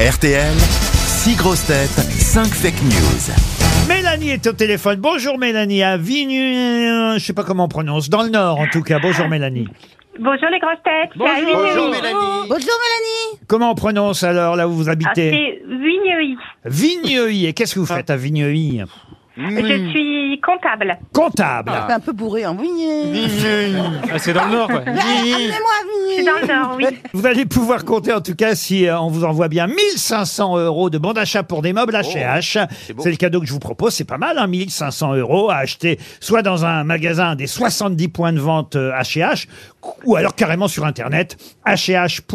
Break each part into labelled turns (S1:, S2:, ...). S1: RTL, 6 grosses têtes, 5 fake news.
S2: Mélanie est au téléphone. Bonjour Mélanie, à Vigny, je sais pas comment on prononce, dans le Nord en tout cas. Bonjour Mélanie.
S3: Bonjour les grosses têtes. c'est Bonjour Mélanie.
S4: Bonjour Mélanie
S2: Comment on prononce alors là où vous
S3: Ah,
S2: habitez
S3: c'est Vigneuil.
S2: Vigneuil. Et qu'est-ce que vous faites à Vigneuil
S3: Je suis comptable.
S2: Comptable.
S4: Je suis Un peu bourré hein, Ah, en vigné.
S5: Ah, c'est dans le nord, ouais.
S4: Amenez-moi
S3: Je suis
S4: vigné.
S3: dans le Nord, oui.
S2: Vous allez pouvoir compter en tout cas si euh, on vous envoie bien 1500 euros de bande d'achat pour des meubles H&H. c'est le cadeau que je vous propose, c'est pas mal, hein, 1500 euros à acheter soit dans un magasin des 70 points de vente euh, H&H ou alors carrément sur internet hh.fr.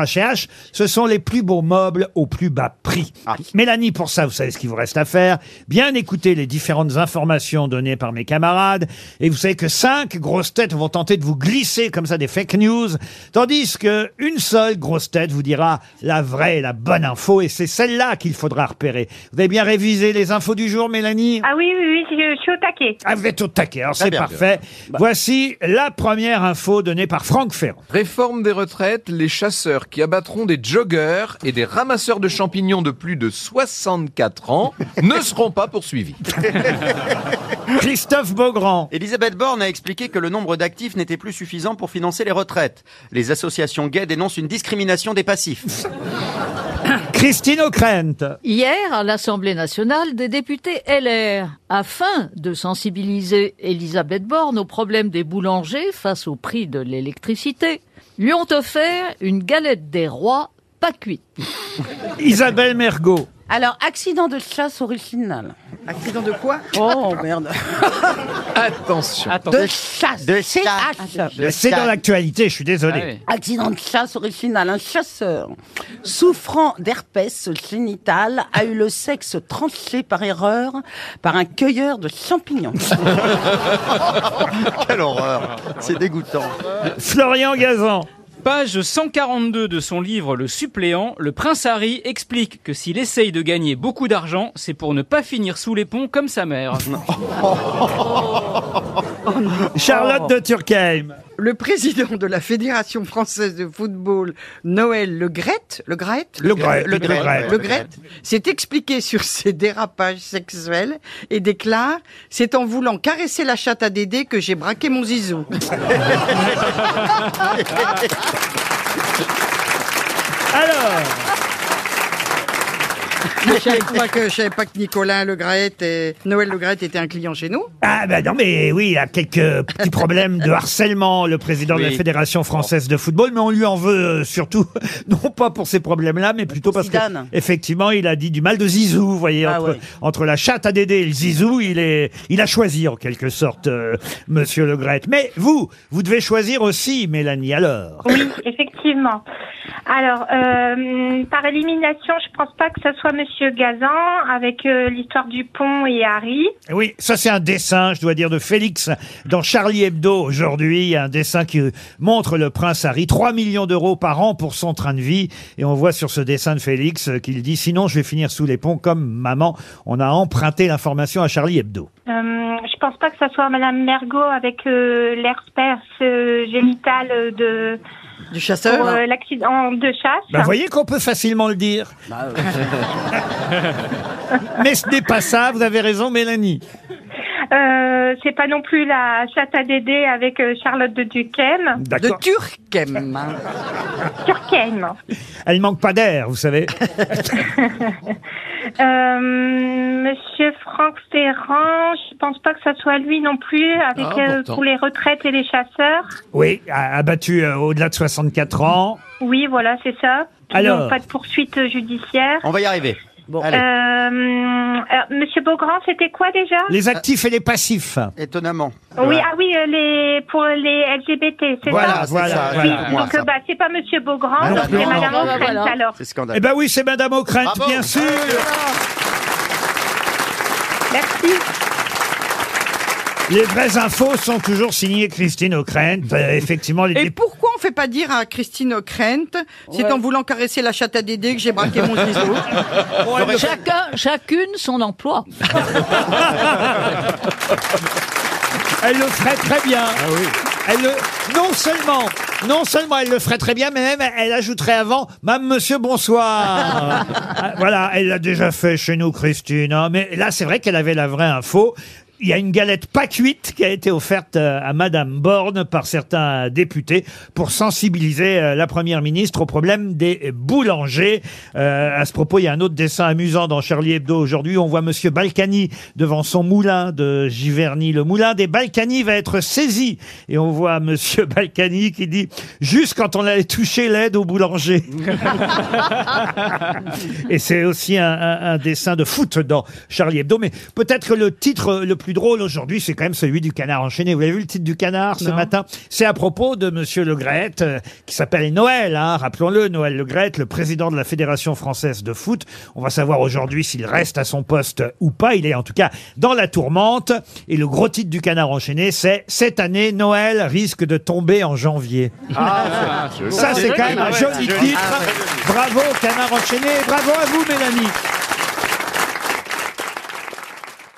S2: H&H, ce sont les plus beaux meubles au plus bas prix.
S6: Ah.
S2: Mélanie, pour ça, vous savez ce qu'il vous reste à faire. Bien écouter les différentes informations données par mes camarades. Et vous savez que cinq grosses têtes vont tenter de vous glisser comme ça des fake news. Tandis que une seule grosse tête vous dira la vraie, la bonne info. Et c'est celle-là qu'il faudra repérer. Vous avez bien révisé les infos du jour, Mélanie?
S3: Ah oui, oui, oui, je, je suis au taquet.
S2: Ah, vous êtes au taquet. Alors, c'est
S6: bien, Bah.
S2: parfait. Voici la première info donnée par Franck Ferrand.
S6: Réforme des retraites, les chasseurs qui abattront des joggeurs et des ramasseurs de champignons de plus de 64 ans ne seront pas poursuivis.
S2: Christophe Beaugrand.
S7: Elisabeth Borne a expliqué que le nombre d'actifs n'était plus suffisant pour financer les retraites. Les associations gays dénoncent une discrimination des passifs.
S2: Christine O'Krent.
S8: Hier, à l'Assemblée nationale, des députés LR, afin de sensibiliser Elisabeth Borne au problème des boulangers face au prix de l'électricité, lui ont offert une galette des rois pas cuite.
S2: Isabelle Mergot.
S4: Alors, accident de chasse original. Accident de quoi Oh merde.
S6: Attention.
S4: De chasse.
S7: De
S4: CH.
S2: C'est dans l'actualité, je suis désolé.
S6: Ah
S4: Accident de chasse original. Un chasseur souffrant d'herpès génital a eu le sexe tranché par erreur par un cueilleur de champignons.
S7: Quelle horreur C'est dégoûtant.
S2: Florian Gazan.
S5: Page 142 de son livre Le suppléant, le prince Harry explique que s'il essaye de gagner beaucoup d'argent, c'est pour ne pas finir sous les ponts comme sa mère.
S2: Charlotte de Turckheim.
S9: Le président de la Fédération française de football, Noël Le Grette, Le Graët
S2: Le Gret.
S7: Le Gret,
S2: Gret.
S9: Le Graët, s'est expliqué sur ses dérapages sexuels et déclare C'est en voulant caresser la chatte à Dédé que j'ai braqué mon zizou.
S2: Alors,
S9: Je savais pas que, je savais pas que Nicolas Le Graët et Noël Le Graët étaient un client chez nous.
S2: ah ben non mais oui, il a quelques petits problèmes de harcèlement, le président de la
S7: Oui.
S2: Fédération française de football, mais on lui en veut euh, surtout, non pas pour ces problèmes-là, mais plutôt parce que
S4: Zidane.
S2: effectivement, il a dit du mal de Zizou, vous voyez,
S4: Ah
S2: entre,
S4: ouais.
S2: entre la chatte à Dédé et le Zizou, il est, il a choisi en quelque sorte, euh, Monsieur Le Gret. Mais vous, vous devez choisir aussi, Mélanie. Alors,
S3: Oui, effectivement. Alors, euh, par élimination, je pense pas que ce soit Monsieur Gazan avec euh, l'histoire du pont et Harry.
S2: Eh Oui, ça c'est un dessin, je dois dire, de Félix dans Charlie Hebdo aujourd'hui, un dessin qui montre le prince Harry, 3 millions d'euros par an pour son train de vie, et on voit sur ce dessin de Félix euh, qu'il dit, sinon je vais finir sous les ponts comme maman, on a emprunté l'information à Charlie Hebdo.
S3: Euh, je pense pas que ce soit Madame Mergot avec euh, l'herpès euh, génital euh, de
S9: Du
S3: pour,
S9: chasseur
S3: euh, l'accident de chasse.
S2: Bah, voyez qu'on peut facilement le dire.
S5: Bah,
S2: Mais ce n'est pas ça, vous avez raison Mélanie.
S3: Euh, c'est pas non plus la chatte à Dédé avec euh, Charlotte de Duquesne.
S9: De
S2: D'accord.
S9: Turquem.
S3: Turquesne.
S2: Elle manque pas d'air, vous savez.
S3: Euh, Monsieur Franck Ferrand, je pense pas que ça soit lui non plus, avec
S6: Ah,
S3: euh,
S6: pourtant.
S3: pour les retraites et les chasseurs.
S2: Oui, a- abattu euh, au-delà de 64 ans.
S3: Oui, voilà, c'est ça. Qui
S2: Alors.
S3: n'ont pas de poursuite euh, judiciaire.
S7: On va y arriver.
S3: Euh,
S7: Allez.
S3: euh, Monsieur Beaugrand, c'était quoi déjà
S2: Les actifs et les passifs.
S7: Étonnamment.
S3: Oui, ah oui, euh, les pour les LGBT, c'est
S2: Voilà,
S3: ça.
S2: voilà,
S7: ça,
S2: voilà.
S7: c'est
S3: Oui,
S7: pour moi,
S3: donc
S7: ça.
S3: euh, bah c'est pas Monsieur
S7: Ah,
S3: Beaugrand,
S7: non,
S3: donc c'est
S7: non,
S3: Madame
S8: non, bah,
S3: O'Krent,
S8: voilà.
S3: alors.
S7: C'est scandaleux.
S2: Eh ben oui, c'est Madame O'Krent,
S7: Bravo.
S2: bien sûr.
S3: Merci.
S2: Les vraies infos sont toujours signées Christine O'Krent. Euh, effectivement, les
S9: Et
S2: dép-
S9: pourquoi on fait pas dire à Christine O'Krent C'est en voulant caresser la chatte à Dédé que j'ai braqué mon zizou.
S8: Chacun, chacune son emploi.
S2: elle le ferait très bien. Elle le- non seulement Non seulement elle le ferait très bien, mais même elle ajouterait avant Mme Monsieur Bonsoir. Ah, voilà, elle l'a déjà fait chez nous, Christine. hein. Mais là, c'est vrai qu'elle avait la vraie info. Il y a une galette pas cuite qui a été offerte euh, à Madame Borne par certains députés pour sensibiliser euh, la Première ministre au problème des boulangers. Euh, à ce propos, il y a un autre dessin amusant dans Charlie Hebdo aujourd'hui. On voit Monsieur Balkany devant son moulin de Giverny. Le moulin des Balkany va être saisi. Et on voit Monsieur Balkany qui dit « Juste quand on allait toucher l'aide au boulanger ». Et c'est aussi un, un- un dessin de foot dans Charlie Hebdo. Mais peut-être que le titre euh, le plus drôle aujourd'hui, c'est quand même celui du canard enchaîné. Vous avez vu le titre du canard ce matin C'est à propos de Monsieur Le Graët, euh, qui s'appelle Noël. hein. Rappelons-le, Noël Le Graët, le président de la Fédération française de foot. On va savoir aujourd'hui s'il reste à son poste ou pas. Il est en tout cas dans la tourmente. Et le gros titre du canard enchaîné, c'est Cette année, Noël risque de tomber en janvier.
S6: Ah,
S2: Ça, c'est quand même un joli titre. Bravo, canard enchaîné. Bravo à vous, Mélanie.